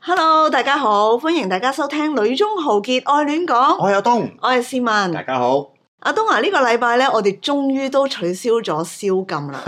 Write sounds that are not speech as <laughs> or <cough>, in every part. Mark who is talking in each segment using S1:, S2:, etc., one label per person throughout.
S1: Hello，大家好，歡迎大家收聽《女中豪傑愛亂講》，
S2: 我有東，
S1: 我係思文
S2: 大。家好， <laughs>
S1: 阿東啊，呢個禮拜咧，我哋終於都取消咗宵禁
S2: <laughs>
S1: 啦。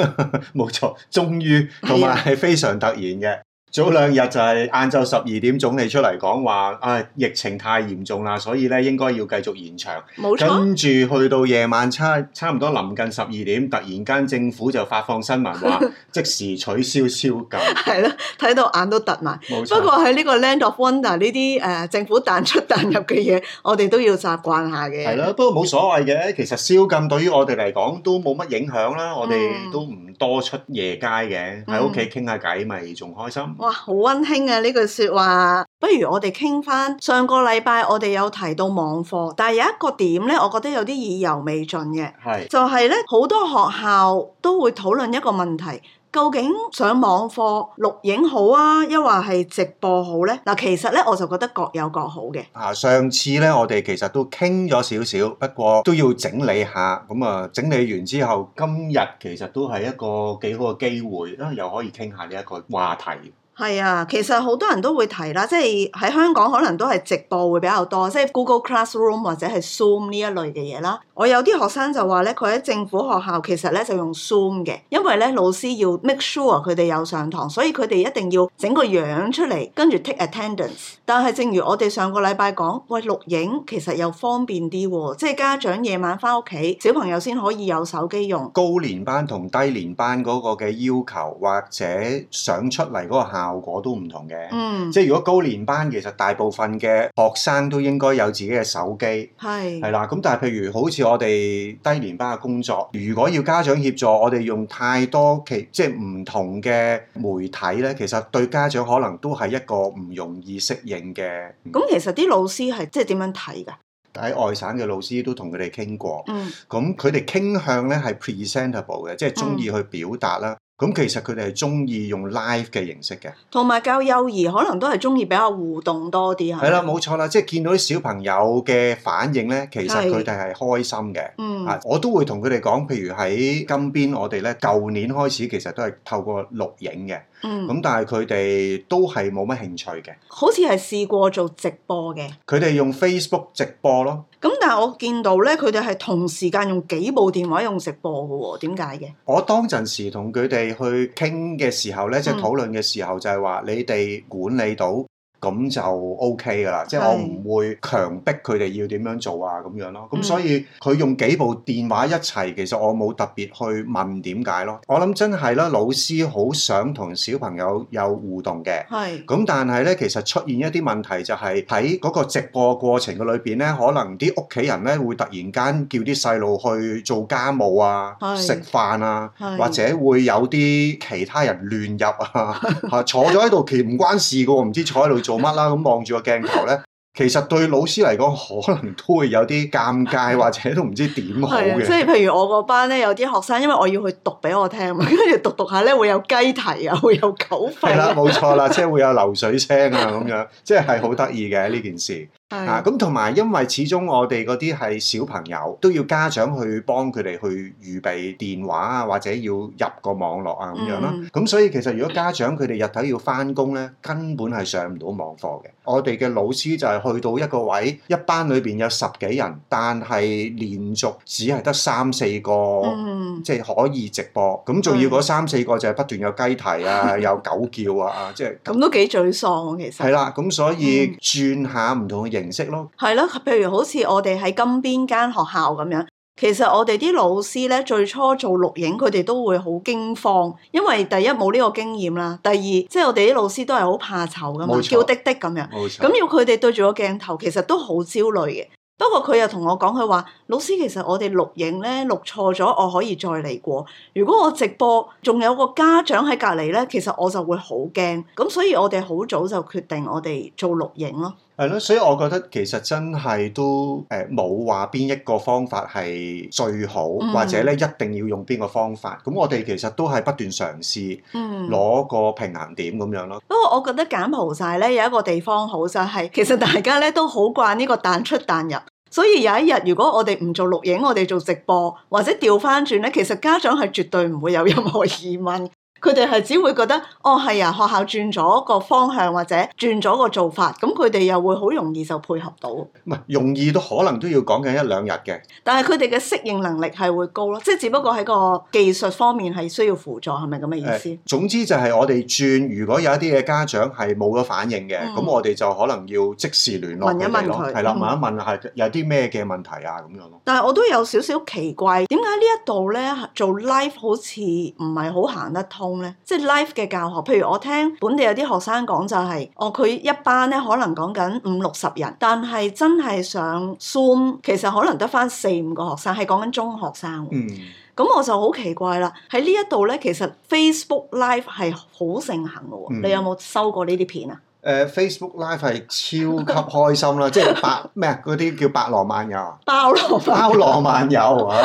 S2: 冇錯，終於同埋係非常突然嘅。早兩日就係晏晝十二點，總理出嚟講話，啊疫情太嚴重啦，所以咧應該要繼續延長。
S1: 冇錯，
S2: 跟住去到夜晚差差唔多臨近十二點，突然間政府就發放新聞
S1: <laughs>
S2: 話，即時取消宵禁。
S1: 係啦，睇到眼都突埋。
S2: 冇
S1: 不
S2: 錯，
S1: 過喺呢個 Land of Wonder 呢啲誒政府彈出彈入嘅嘢，我哋都要習慣下嘅。
S2: 係啦，不過冇所謂嘅。其實宵禁對於我哋嚟講都冇乜影響啦，我哋都唔多出夜街嘅，喺屋企傾下偈咪仲開心。
S1: 哇，好温馨啊！呢句説話，不如我哋傾翻上個禮拜我哋有提到網課，但係有一個點咧，我覺得有啲意猶未盡嘅，
S2: 係。
S1: 就係咧好多學校都會討論一個問題。究竟上網課錄影好啊，抑或係直播好呢？嗱，其實呢，我就覺得各有各好嘅。
S2: 啊，上次咧我哋其實都傾咗少少，不過都要整理下。咁啊，整理完之後，今日其實都係一個幾好嘅機會，啊，又可以傾下呢一個話題。
S1: 係啊，其實好多人都會提啦，即係喺香港可能都係直播會比較多，即係 Google Classroom 或者係 Zoom 呢一類嘅嘢啦。我有啲學生就話咧，佢喺政府學校其實咧就用 Zoom 嘅，因為咧老師要 make sure 佢哋有上堂，所以佢哋一定要整個樣出嚟，跟住 take attendance。但係正如我哋上個禮拜講，喂錄影其實又方便啲喎，即係家長夜晚返屋企，小朋友先可以有手機用。
S2: 高年班同低年班嗰個嘅要求，或者想出嚟嗰個效果都唔同嘅。
S1: 嗯，
S2: 即係如果高年班，其實大部分嘅學生都應該有自己嘅手機。係
S1: 係，
S2: 啦，咁但係譬如好似我哋低年班嘅工作，如果要家長協助，我哋用太多其即係唔同嘅媒體咧，其實對家長可能都係一個唔容易適應嘅。
S1: 咁其實啲老師係即係點樣睇㗎？
S2: 喺外省嘅老師都同佢哋傾過，
S1: 嗯。
S2: 咁佢哋傾向咧係 presentable 嘅，即係中
S1: 嗯
S2: 意去表達啦。咁、其實佢哋係中意用 live 嘅形式嘅。
S1: 同埋教幼兒可能都係中意比較互動多啲，係咪
S2: 係啦，，冇錯啦，即係見到啲小朋友嘅反應咧，其實
S1: 係
S2: 佢哋係開心嘅。
S1: 嗯，
S2: 啊！我都會同佢哋講，譬如喺金邊，我哋咧舊年開始其實都係透過錄影嘅，
S1: 嗯，
S2: 咁但係佢哋都係冇乜興趣嘅，
S1: 好似係試過做直播嘅，
S2: 佢哋用 Facebook 直播咯。
S1: 咁但係我見到咧，佢哋係同時間用幾部電話用直播嘅喎，點解嘅？
S2: 我當陣時同佢哋去傾嘅時候咧，即係
S1: 嗯
S2: 討論嘅時候就係話，你哋管理到咁就 O K 噶啦，即係
S1: 係
S2: 我唔會強迫佢哋要點樣做啊咁樣咯。咁
S1: 嗯
S2: 所以佢用幾部電話一齊，其實我冇特別去問點解咯。我諗真係啦，老師好想同小朋友有互動嘅。
S1: 係，
S2: 咁但係咧，其實出現一啲問題就係喺嗰個直播過程嘅裏邊咧，可能啲屋企人咧會突然間叫啲細路去做家務啊、
S1: 係
S2: 食飯啊，
S1: 係
S2: 或者會有啲其他人亂入
S1: <laughs>
S2: 啊，嚇坐咗喺度其實唔關事嘅喎，唔知坐喺度做乜啦，咁望住個鏡頭咧。其實對老師嚟講，可能都會有啲尷
S1: <laughs>
S2: 尬，或者都唔知點好
S1: 係啊，
S2: 嘅
S1: 即。係譬如我個班咧，有啲學生因為我要去讀俾我聽嘛， <laughs> 跟住讀讀下咧會有雞啼啊，會有狗吠
S2: 係啦，
S1: 啊，
S2: 冇錯啦，即係會有流水聲啊咁樣，即係係好得意嘅呢件事。啊，
S1: 係，
S2: 咁同埋因為始終我哋嗰啲係小朋友，都要家長去幫佢哋去預備電話啊，或者要入個網絡啊咁樣啦
S1: 嗯。
S2: 咁、所以其實如果家長佢哋日頭要翻工咧，根本係上唔到網課嘅。我哋嘅老師就係去到一個位，一班裏邊有十幾人，但係連續只係得三四個。
S1: 嗯，
S2: 即係可以直播，咁仲要嗰三四個就係不斷有雞啼啊，有狗叫啊，啊即係
S1: 咁都幾沮喪其實。
S2: 係啦，咁所以
S1: 嗯
S2: 轉下唔同嘅形式咯。
S1: 係咯，譬如好似我哋喺金邊間學校咁樣，其實我哋啲老師咧最初做錄影，佢哋都會好驚慌，因為第一冇呢個經驗啦，第二即係我哋啲老師都係好怕醜噶嘛，
S2: 冇錯
S1: 嬌滴滴咁樣，
S2: 冇錯
S1: 咁要佢哋對住個鏡頭，其實都好焦慮嘅。不過佢又同我講，佢話老師其實我哋錄影咧錄錯咗，我可以再嚟過。如果我直播仲有個家長喺隔離咧，其實我就會好驚。咁所以我哋好早就決定我哋做錄影咯。
S2: 係咯，所以我覺得其實真係都誒冇話邊一個方法係最好，
S1: 嗯
S2: 或者咧一定要用邊個方法。咁我哋其實都係不斷嘗試
S1: 嗯。
S2: 攞個平衡點咁樣咯。
S1: 不過我覺得柬埔寨咧有一個地方好就係、 <laughs> 其實大家咧都好慣呢個彈出彈入，所以有一日如果我哋唔做錄影，我哋做直播或者調翻轉咧，其實家長係絕對唔會有任何疑問。 <laughs> 佢哋係只會覺得哦係啊，學校轉咗個方向或者轉咗個做法，咁佢哋又會好容易就配合到。
S2: 唔係容易都可能都要講緊一兩日嘅。
S1: 但係佢哋嘅適應能力係會高咯，即係只不過喺個技術方面係需要輔助，係咪咁嘅意思？
S2: 總之就係我哋轉，如果有一啲嘅家長係冇咗反應嘅，
S1: 嗯
S2: 咁、我哋就可能要即時聯絡佢哋咯
S1: 問一問佢，
S2: 係啦，
S1: 嗯
S2: 問一問係有啲咩嘅問題啊咁樣咯。
S1: 但係我都有少少奇怪，點解呢一度呢做 live 好似唔係好行得通呢？即係 live 嘅教學，譬如我聽本地有啲學生講就係、哦佢一班呢可能講緊五六十人，但係真係上 Zoom 其實可能得翻四五個學生，係講緊中學生喎。
S2: 嗯，
S1: 咁我就好奇怪啦，喺呢一度呢，其實 Facebook Live 係好盛行嘅喎，
S2: 嗯
S1: 你有冇收過呢啲片啊？
S2: 誒、Facebook Live 係超級開心啦，即係百咩啊嗰啲叫百羅萬有啊，
S1: 包羅萬
S2: 包羅
S1: <laughs>
S2: 萬有，唉、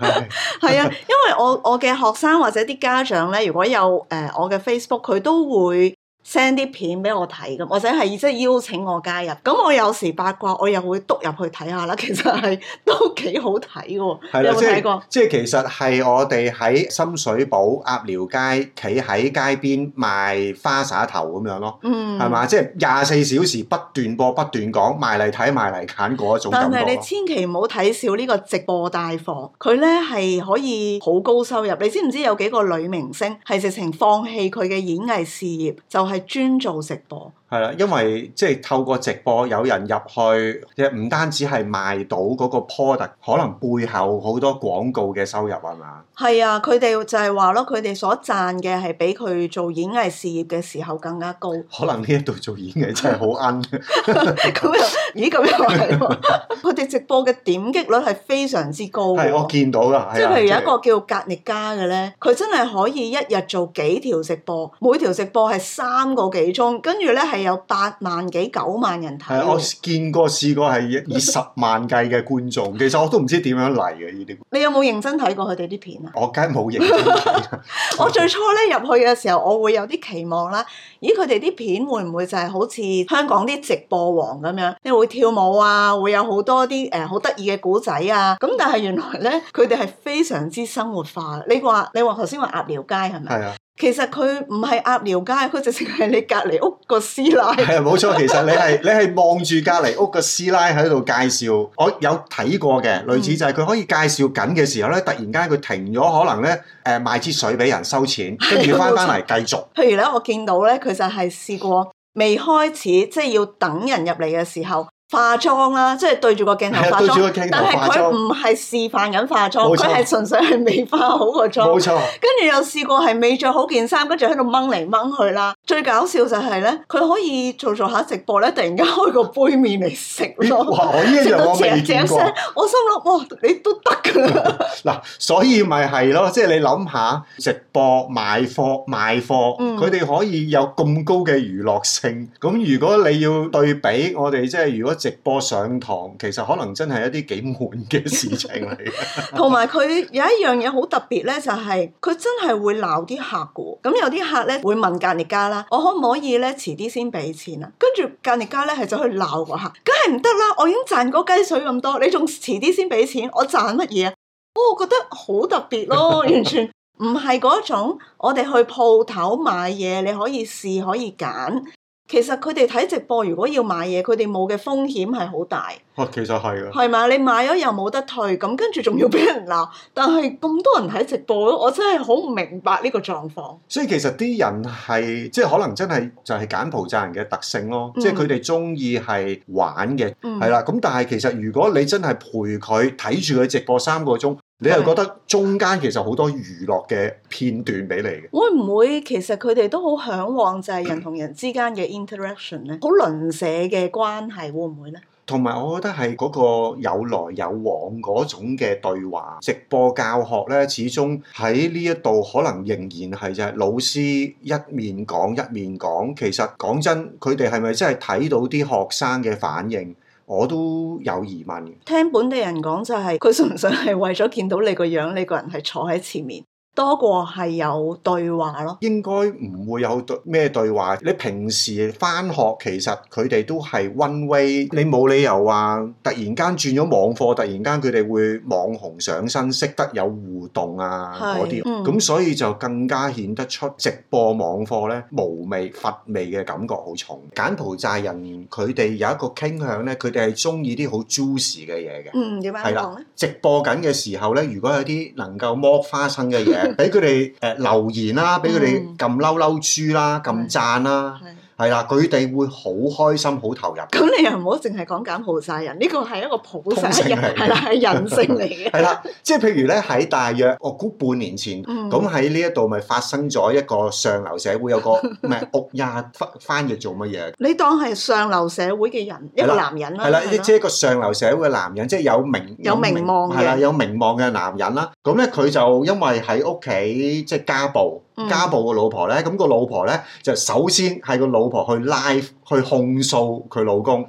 S2: 唉
S1: 係啊，因為我我嘅學生或者啲家長咧，如果有誒、呃我嘅 Facebook，佢都會 send 啲片俾我睇咁，或者係即係邀請我加入。咁我有時八卦，我又會督入去睇下啦。 <laughs> 其實係都幾好睇嘅喎，
S2: 係
S1: 你有
S2: 啦，
S1: 冇
S2: 即
S1: 睇過
S2: 係？即係其實係我哋喺深水埗鴨寮街企喺街邊賣花灑頭咁樣咯。
S1: 嗯，
S2: 係？嘛？即係廿四小時不斷播、不斷講，埋嚟睇、埋嚟揀嗰一種
S1: 但
S2: 感覺
S1: 係你
S2: 咯。
S1: 千祈唔好睇少呢個直播帶貨，佢咧係可以好高收入。你知唔知有幾個女明星係直情放棄佢嘅演藝事業，就係、專做直播？
S2: 係啦，因為即係透過直播有人入去，即係唔單止係賣到嗰個 product，可能背後好多廣告嘅收入係嘛？
S1: 係啊，佢哋就係話咯，佢哋所賺嘅係比佢做演藝事業嘅時候更加
S2: <laughs>
S1: 高。
S2: 可能呢一度做演藝真係好奀。
S1: 咁又，咦咁又係喎，
S2: <laughs>
S1: 佢哋直播嘅點擊率係非常之高喎。
S2: 係我見到啦，
S1: 即
S2: 係
S1: 係
S2: 啊
S1: 譬如有一
S2: 係
S1: 個叫格力加嘅咧，佢真係可以一日做幾條直播，每條直播係三個幾鐘，跟住咧係有八萬幾九萬人睇
S2: 係啊我
S1: 喎。
S2: 見過試過係以十萬計嘅觀
S1: <laughs>
S2: 眾，其實我都唔知點樣嚟嘅呢啲，
S1: 你有冇認真睇過佢哋啲片啊？
S2: 我梗係冇認真睇啦。
S1: 我最初咧入去嘅時候，我會有啲期望啦。咦，佢哋啲片會唔會就係好似香港啲直播王咁樣？你會跳舞啊，會有好多啲誒好得意嘅古仔啊。咁但係原來咧，佢哋係非常之生活化。你話你話頭先話鴨寮街係咪？
S2: 係啊。
S1: 其實佢唔係鴨寮街，佢直情係你隔離屋個師
S2: <laughs>
S1: 奶。
S2: 係啊，冇錯，其實你
S1: <laughs>
S2: 係你係望住隔離屋個師奶喺度介紹，我有睇過嘅，類
S1: 嗯
S2: 似就係佢可以介紹緊嘅時候咧，突然間佢停咗，可能咧誒賣支水俾人
S1: <laughs>
S2: 收錢，跟住翻翻嚟繼續。
S1: 譬如咧，我見到咧，佢就係試過未開始，即係要等人入嚟嘅時候化妝啦，即係對住個鏡頭
S2: 係啊 <laughs>
S1: 化
S2: 對住個
S1: 妝。
S2: 鏡
S1: 但
S2: 頭
S1: 係
S2: 化
S1: 佢
S2: 妝，
S1: 唔係示範緊化妝，
S2: 冇錯
S1: 佢係純粹係未化好個妝
S2: 冇。錯，
S1: 跟住又試過係未着好件衫，跟住喺度掹嚟掹去啦。最搞笑就係咧，佢可以做做下直播咧，突然間開個杯麵嚟食咯，
S2: 哇！我呢一
S1: 食
S2: 樣
S1: 到
S2: 我
S1: 嚼
S2: 未
S1: 嚼聲
S2: 見過。。
S1: 我心諗哇，你都得㗎啦。
S2: 嗱，所以咪係咯，即係你諗下，直播賣貨賣貨，
S1: 嗯
S2: 佢哋、可以有咁高嘅娛樂性。咁如果你要對比我哋，即係如果直播上堂，其實可能真係一啲幾悶嘅事情嚟嘅。
S1: <laughs> 同埋佢有一樣嘢好特別咧，就係、佢真係會鬧啲客嘅喎。咁有啲客咧會問格力加啦，我可唔可以咧遲啲先俾錢啊？跟住格力加咧係走去鬧個客，梗係唔得啦！我已經賺嗰雞水咁多，你仲遲啲先俾錢，我賺乜嘢啊？我覺得好特別咯，完全唔係嗰種我哋去鋪頭買嘢，你可以試可以揀。其實佢哋睇直播，如果要買嘢，佢哋冇嘅風險係好大。
S2: 哦，其實係嘅。
S1: 係嘛？你買咗又冇得退，咁跟住仲要俾人鬧，但係咁多人睇直播，我真係好唔明白呢個狀況。
S2: 所以其實啲人係即係可能真係就係柬埔寨人嘅特性咯，
S1: 嗯
S2: 即係佢哋中意係玩嘅，
S1: 嗯，
S2: 係啦。咁但係其實如果你真係陪佢睇住佢直播三個鐘，你又
S1: 係
S2: 覺得中間其實好多娛樂嘅片段俾你嘅。
S1: 會唔會其實佢哋都好嚮往就係人同人之間嘅 interaction 咧，好鄰舍嘅關係會唔會咧？
S2: 同埋我覺得係嗰個有來有往嗰種嘅對話，直播教學呢，始終喺呢一度可能仍然係就係老師一面講一面講。其實講真，佢哋係咪真係睇到啲學生嘅反應？我都有疑問嘅。
S1: 聽本地人講就係佢純粹係為咗見到你個樣，你個人係坐喺前面。多過係有對話咯。
S2: 應該唔會有對咩對話。你平時翻學其實佢哋都係 one way，你冇理由話突然間轉咗網課，突然間佢哋會網紅上身，識得有互動啊
S1: 係
S2: 嗰啲。
S1: 嗯
S2: 咁、所以就更加顯得出直播網課咧無味乏味嘅感覺好重。柬埔寨人佢哋有一個傾向咧，佢哋係中意啲好 juicy 嘅嘢嘅。
S1: 嗯，點樣
S2: 係啦
S1: 講咧？
S2: 直播緊嘅時候咧，如果有啲能夠剝花生
S1: <laughs>
S2: 嘅嘢，俾佢哋誒留言啦，俾佢哋
S1: 嗯
S2: 撳嬲嬲豬啦，撳讚啦，
S1: 係
S2: 係啦，佢哋會好開心，好投入。
S1: 咁你又唔好淨係講柬埔寨人，呢個係一個普世
S2: 通性
S1: 嘅，
S2: 嚟嘅
S1: 係啦，係人性嚟 <laughs> 嘅。
S2: <laughs> 係啦，即係譬如咧喺大約我估半年前，
S1: 嗯
S2: 咁喺呢一度咪發生咗一個上流社會有個唔係屋呀翻翻譯做乜嘢？啊
S1: 你當係上流社會嘅人，一
S2: 係
S1: 個
S2: 啦
S1: 男人啦，
S2: 係啦，
S1: 係
S2: 即係一個上流社會嘅男人，即係有名
S1: 有名望嘅
S2: 係啦，有名望嘅男人啦。咁咧佢就因為喺屋企即係家暴
S1: 嗯，
S2: 家暴個老婆咧，咁個老婆咧就首先係個老婆去 live 去控訴佢老公。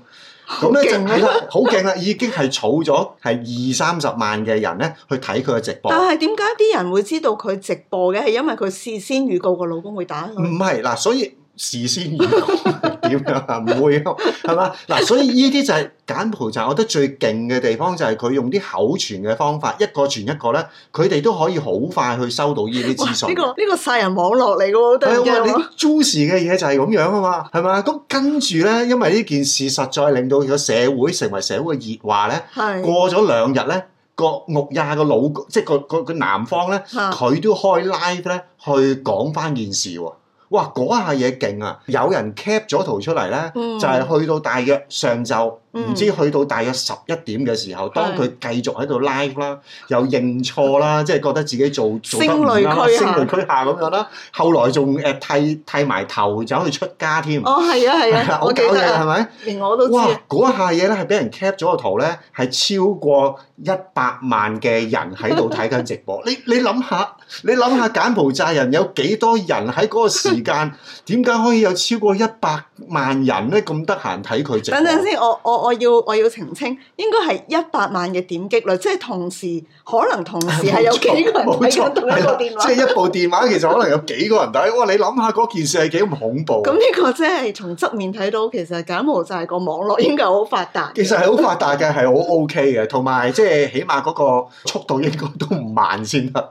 S2: 咁咧就
S1: 勁啊
S2: 係啦，好勁啦，已經係儲咗係二三十萬嘅人咧去睇佢嘅直播。
S1: 但係點解啲人會知道佢直播嘅？係因為佢事先預告個老公會打
S2: 唔
S1: 佢。
S2: 係嗱，所以事先預告點樣啊？唔會啊，係嘛？嗱，所以呢啲就係柬埔寨，我覺得最勁嘅地方就係佢用啲口傳嘅方法，一個傳一個咧，佢哋都可以好快去收到呢啲
S1: 哇！
S2: 資訊。
S1: 呢個呢個殺人網絡嚟嘅喎，突
S2: 係
S1: 然
S2: 啊
S1: 間
S2: 喂你 juicy 嘅嘢就係咁樣啊嘛，係嘛？咁跟住咧，因為呢件事實在令到個社會成為社會嘅熱話咧，
S1: 係
S2: 過咗兩日咧，個屋亞個老即係個個個男方咧。
S1: 嚇
S2: 佢都開 live 咧去講翻件事喎。哇！嗰下嘢勁啊！有人 cap 咗圖出嚟咧，
S1: 嗯
S2: 就係去到大約上晝，唔、
S1: 嗯
S2: 知去到大約十一點嘅時候，當佢繼續喺度 live 啦，又認
S1: <laughs>
S2: 錯啦，即係覺得自己做做得唔啱
S1: 聲淚
S2: 啦，
S1: 俱
S2: 聲
S1: 下
S2: 淚俱下咁樣啦。後來仲誒剃剃埋頭走去出家添，
S1: 哦，係啊，係
S2: 係
S1: 啊，
S2: <laughs> 好
S1: 我
S2: 搞
S1: 記得
S2: 嘢係
S1: 啊，
S2: 咪？
S1: 連我都知
S2: 哇
S1: 啊。！
S2: 嗰下嘢咧係俾人 cap 咗個圖咧，係超過一百萬嘅人喺度睇緊直播。 <laughs> 你你諗下，你諗下柬埔寨人有幾多人喺嗰個時間？ <laughs> 點解可以有超過一百萬人咧咁得閒睇佢直播？
S1: 等陣先，我我我要我要澄清，應該係一百萬嘅點擊率，即係同時可能同時係有幾個人睇緊同一個電話
S2: 即。係一部電話其實可能有幾個人睇。哇！你諗下嗰件事係幾咁恐怖
S1: 咁？呢個即係從側面睇到，其實柬埔寨個網絡應該好發達嘅。
S2: 其實係好發達嘅，係好 OK 嘅，同埋即係起碼嗰個速度應該都唔慢先得。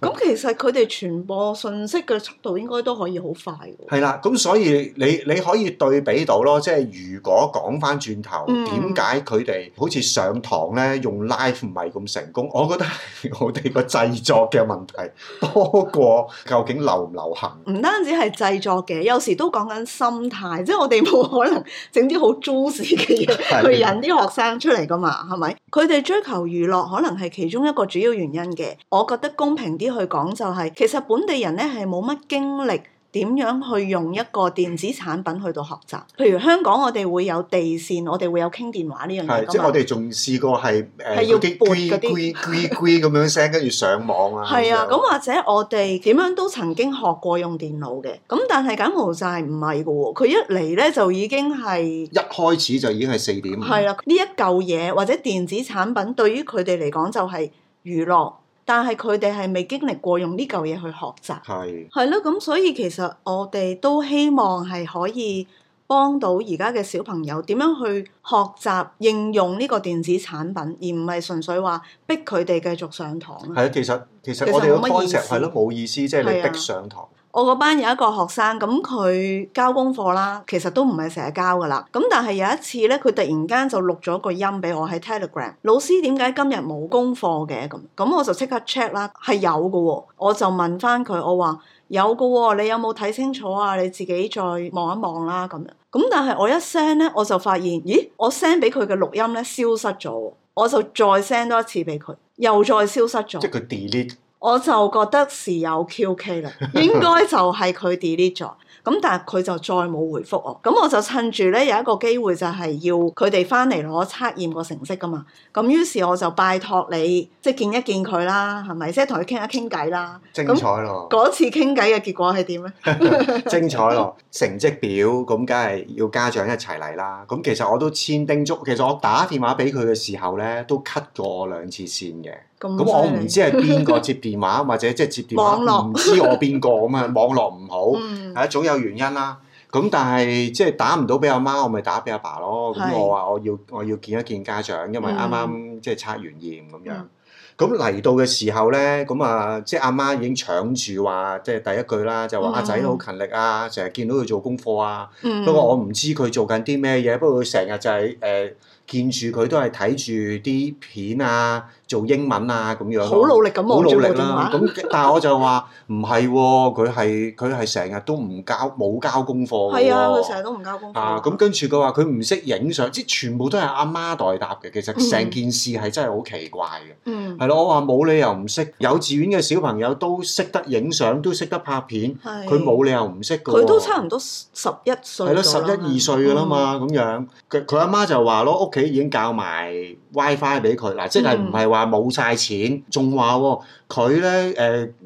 S1: 咁其實佢哋傳播信息嘅速度應該都可以好快嘅喎。
S2: 係啦，咁所以你你可以對比到咯，即係如果講翻轉頭，
S1: 嗯
S2: 點解佢哋好似上堂咧用 live 唔係咁成功？我覺得係 <laughs> 我哋個製作嘅問題多過究竟流唔流行。
S1: 唔單止係製作嘅，有時都講緊心態，即係我哋冇可能整啲好 juicy 嘅嘢
S2: 係
S1: 去引啲學生出嚟噶嘛，係咪？佢哋追求娛樂可能係其中一個主要原因嘅。我覺得公平啲去講就係、其實本地人咧係冇乜經歷。點樣去用一個電子產品去到學習？譬如香港，我哋會有地線，我哋會有傾電話呢樣嘢
S2: 係，
S1: 㗎
S2: 即係
S1: 嘛
S2: 我。哋仲試過係誒
S1: 係要
S2: 嗰啲
S1: 撥
S2: gree
S1: 嗰啲
S2: gree gree gree 咁樣聲，跟住上網啊。
S1: 係啊，
S2: 樣
S1: 咁或者我哋點樣都曾經學過用電腦嘅，咁但係柬埔寨唔係嘅喎，佢一嚟咧就已經係
S2: 一開始就已經係四點。
S1: 係啊啦，呢一嚿嘢或者電子產品對於佢哋嚟講就係娛樂，但係佢哋係未經歷過用呢嚿嘢去學習，
S2: 係。
S1: 係咯，咁所以其實我哋都希望係可以幫到而家嘅小朋友點樣去學習應用呢個電子產品，而唔係純粹話逼佢哋繼續上堂啊。
S2: 係啊，其實其
S1: 其
S2: 實
S1: 實
S2: 我哋個
S1: 冇乜意思
S2: concept 係咯冇意思，即
S1: 係
S2: 係
S1: 啊
S2: 你逼上堂。
S1: 我嗰班有一個學生，咁佢交功課啦，其實都唔係成日交噶啦。咁但係有一次咧，佢突然間就錄咗個音俾我喺 Telegram，老師點解今日冇功課嘅咁？咁我就即刻 check 啦，係有嘅喎、我就問翻佢，我話有嘅喎、你有冇睇清楚啊？你自己再望一望啦咁樣。咁但係我一 send 咧，我就發現，咦，我 send 俾佢嘅錄音咧消失咗喎，我就再 send 多一次俾佢，又再消失咗
S2: 即。係佢 delete
S1: 我就覺得是有 QK 啦，
S2: <laughs>
S1: 應該就係佢 delete 咗。咁但係佢就再冇回覆我，咁我就趁住咧有一個機會就係要佢哋翻嚟攞測驗個成績噶嘛，咁於是我就拜託你即係見一見佢啦，係咪？即係同佢傾一傾偈啦。
S2: 精
S1: 咁
S2: 彩咯。
S1: 嗰次傾偈嘅結果係點咧？
S2: 精彩咯！成績表咁，梗係要家長一齊嚟啦。咁其實我都千叮囑，其實我打電話俾佢嘅時候咧，都 cut 過我兩次線嘅。
S1: 咁
S2: 咁我
S1: 犀
S2: 唔
S1: 利
S2: 知係邊個接電話，或者即係接電
S1: 網絡
S2: 話唔知我邊個咁啊，網絡唔好。
S1: 嗯
S2: 係一啊總有原因啦。咁但係即係打唔到俾阿媽，我咪打俾阿爸咯。
S1: 係
S2: 咁我話我要我要見一見家長，因為啱啱即係測完驗咁樣
S1: 嗯。
S2: 咁嚟到嘅時候咧，咁啊即係阿媽已經搶住話，即係第一句啦，就話
S1: 嗯
S2: 阿仔好勤力啊，成日見到佢做功課啊。
S1: 嗯
S2: 不過我唔知佢做緊啲咩嘢，不過佢成日就係誒見住佢都係睇住啲片啊，做英文啊咁樣咯。
S1: 好努力咁
S2: 好
S1: 望
S2: 努
S1: 住
S2: 力
S1: 部電
S2: 啦。
S1: 話，
S2: 咁但係我就話唔係喎，佢係佢係成日都唔交冇交功課嘅
S1: 係啊，佢
S2: 喎
S1: 成日都唔交功課。
S2: 啊，咁跟住佢話佢唔識影相，即係全部都係阿媽代答嘅。其實成件事係真係好奇怪嘅，
S1: 嗯
S2: 係咯。我話冇理由唔識，幼稚園嘅小朋友都識得影相，都識得拍片，
S1: 係
S2: 佢冇理由唔識嘅喎。
S1: 佢都差唔多十一歲
S2: 係咯，十
S1: 到啦
S2: 一二歲㗎啦嘛，咁樣佢佢阿媽就話咯，屋企已經教埋 WiFi 俾佢嗱，即係唔係話冇晒錢，仲話喎佢咧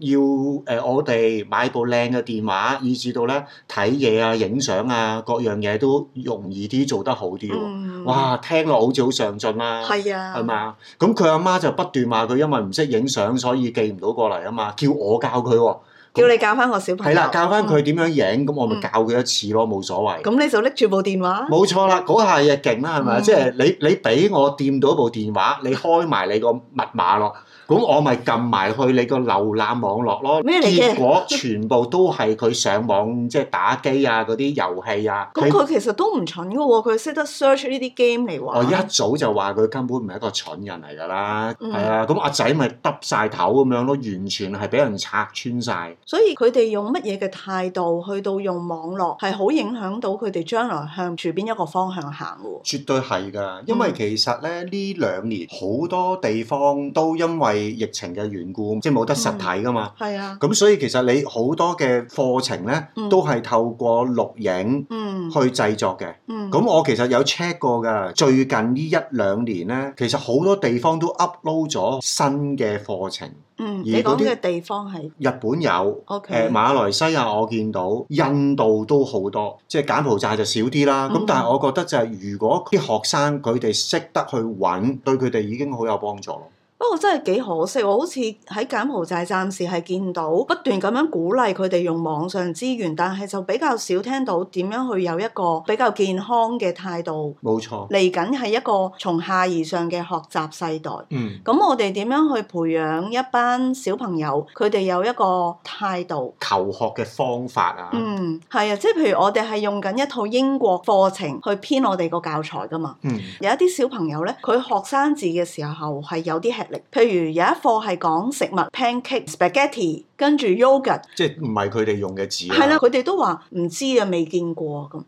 S2: 誒要誒我哋買部靚嘅電話，以至到咧睇嘢啊、影相啊各樣嘢都容易啲，做得好啲喎。
S1: 嗯
S2: 哇，聽落好似好上進啦，
S1: 係啊，
S2: 係？嘛？咁佢阿媽就不斷話佢因為唔識影相，所以寄唔到過嚟啊嘛，叫我教佢喎。
S1: 叫你教翻個小朋友。
S2: 係啦，教翻佢
S1: 嗯。
S2: 點樣影，咁我咪教佢一次咯，冇所謂。
S1: 咁你就拎住部電話。
S2: 冇錯啦，嗰下嘢勁啦，係咪啊？
S1: 啊嗯
S2: 即係你你俾我掂到部電話，你開埋你個密碼咯，咁我咪撳埋去你個瀏覽網絡咯。
S1: 咩嚟嘅
S2: 結果全部都係佢上網即係打機啊，嗰啲遊戲啊。
S1: 咁
S2: 佢
S1: 佢其實都唔蠢嘅喎，佢識得 search 呢啲 game 嚟
S2: 我
S1: 玩。
S2: 哦一早就話佢根本唔係一個蠢人嚟㗎啦，
S1: 嗯
S2: 係啊，咁阿仔咪耷晒頭咁樣咯，完全係俾人拆穿晒。
S1: 所以佢哋用乜嘢嘅態度去到用網絡，係好影響到佢哋將來向住邊一個方向行嘅喎。
S2: 絕對係㗎，因為
S1: 嗯
S2: 其實咧呢兩年好多地方都因為疫情嘅緣故，即係冇得實體㗎嘛。
S1: 係啊，
S2: 咁所以其實你好多嘅課程咧
S1: 嗯，
S2: 都係透過錄影
S1: 嗯，
S2: 去製作嘅。
S1: 嗯，
S2: 咁我其實有 check 過㗎，最近呢一兩年咧，其實好多地方都 upload 咗新嘅課程。
S1: 嗯，
S2: 而
S1: 你講
S2: 嗰啲
S1: 嘅地方係
S2: 日本有，誒
S1: OK
S2: 馬來西亞我見到，印度都好多，即係柬埔寨就少啲啦。咁、
S1: 嗯
S2: 但係我覺得就係如果啲學生佢哋識得去揾，對佢哋已經好有幫助咯。
S1: 不過真係幾可惜，我好似喺柬埔寨暫時係見到不斷咁樣鼓勵佢哋用網上資源，但係就比較少聽到點樣去有一個比較健康嘅態度。
S2: 冇錯，
S1: 嚟緊係一個從下而上嘅學習世代。
S2: 嗯，
S1: 咁我哋點樣去培養一班小朋友，佢哋有一個態度？
S2: 求學嘅方法啊，
S1: 嗯，係啊，即係譬如我哋係用緊一套英國課程去編我哋個教材噶嘛。
S2: 嗯
S1: 有一啲小朋友咧，佢學生字嘅時候係有啲吃力，譬如有一課係講食物 pancake、spaghetti，跟住 yogurt，
S2: 即係唔係佢哋用嘅字
S1: 係
S2: 啊
S1: 啦，，佢哋都話唔知啊，未見過咁。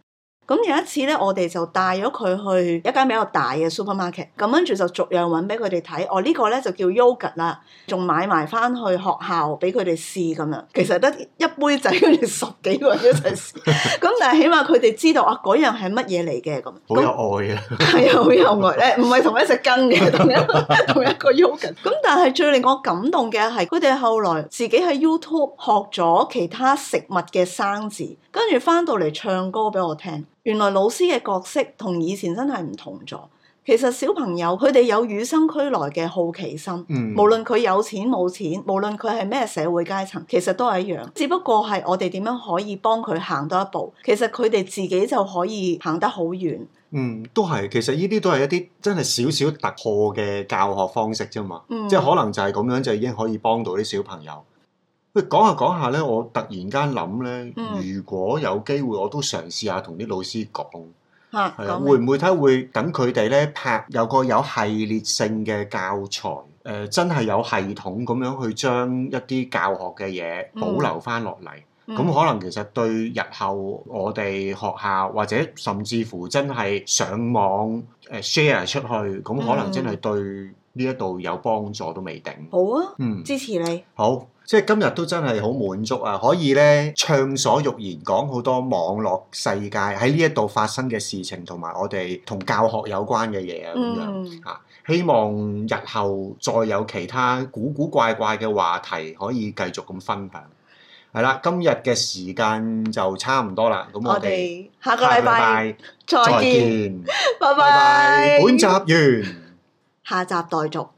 S1: 咁有一次咧，我哋就帶咗佢去一間比較大嘅 supermarket，咁跟住就逐樣揾俾佢哋睇。哦，呢個咧就叫 yogurt 啦，仲買埋翻去學校俾佢哋試咁樣。其實得一杯仔，跟住十幾個人一齊試。咁但係起碼佢哋知道啊，嗰樣係乜嘢嚟嘅咁。
S2: 好有愛啊，
S1: 係啊，好有愛誒，唔係同一隻根嘅， <laughs> 同一同一個 yogurt。咁但係最令我感動嘅係，佢哋後來自己喺 YouTube 學咗其他食物嘅生字，跟住翻到嚟唱歌俾我聽。原來老師嘅角色同以前真係唔同咗。其實小朋友佢哋有與生俱來嘅好奇心。
S2: 嗯，
S1: 無論佢有錢冇錢，無論佢係咩社會階層，其實都係一樣。只不過係我哋點樣可以幫佢行多一步，其實佢哋自己就可以行得好遠。
S2: 嗯都係，其實呢啲都係一啲真係少少突破嘅教學方式啫嘛。
S1: 嗯，
S2: 即係可能就係咁樣就已經可以幫到啲小朋友。喂，講下講下咧，我突然間諗咧，
S1: 嗯
S2: 如果有機會，我都嘗試下同啲老師講，
S1: 嚇
S2: 係啊，
S1: 講
S2: 會
S1: 咩
S2: 唔會睇會等佢哋咧拍有個有系列性嘅教材，誒、真係有系統咁樣去將一啲教學嘅嘢
S1: 嗯
S2: 保留翻落嚟。
S1: 嗯
S2: 咁、可能其實對日後我哋學校或者甚至乎真係上網誒 share 出去，咁可能
S1: 嗯
S2: 真係對呢一度有幫助都未定。
S1: 好啊，
S2: 嗯，
S1: 支持你，
S2: 好，即係今日都真係好滿足啊！可以咧暢所欲言，講好多網絡世界喺呢一度發生嘅事情，同埋我哋同教學有關嘅嘢啊咁樣。
S1: 嗯，
S2: 希望日後再有其他古古怪怪嘅話題可以繼續咁分享。係啦，今日嘅時間就差唔多啦，咁
S1: 我
S2: 我哋
S1: 哋下個禮拜再見，，拜
S2: 拜拜，
S1: 拜，
S2: 本集完。
S1: 下集待續。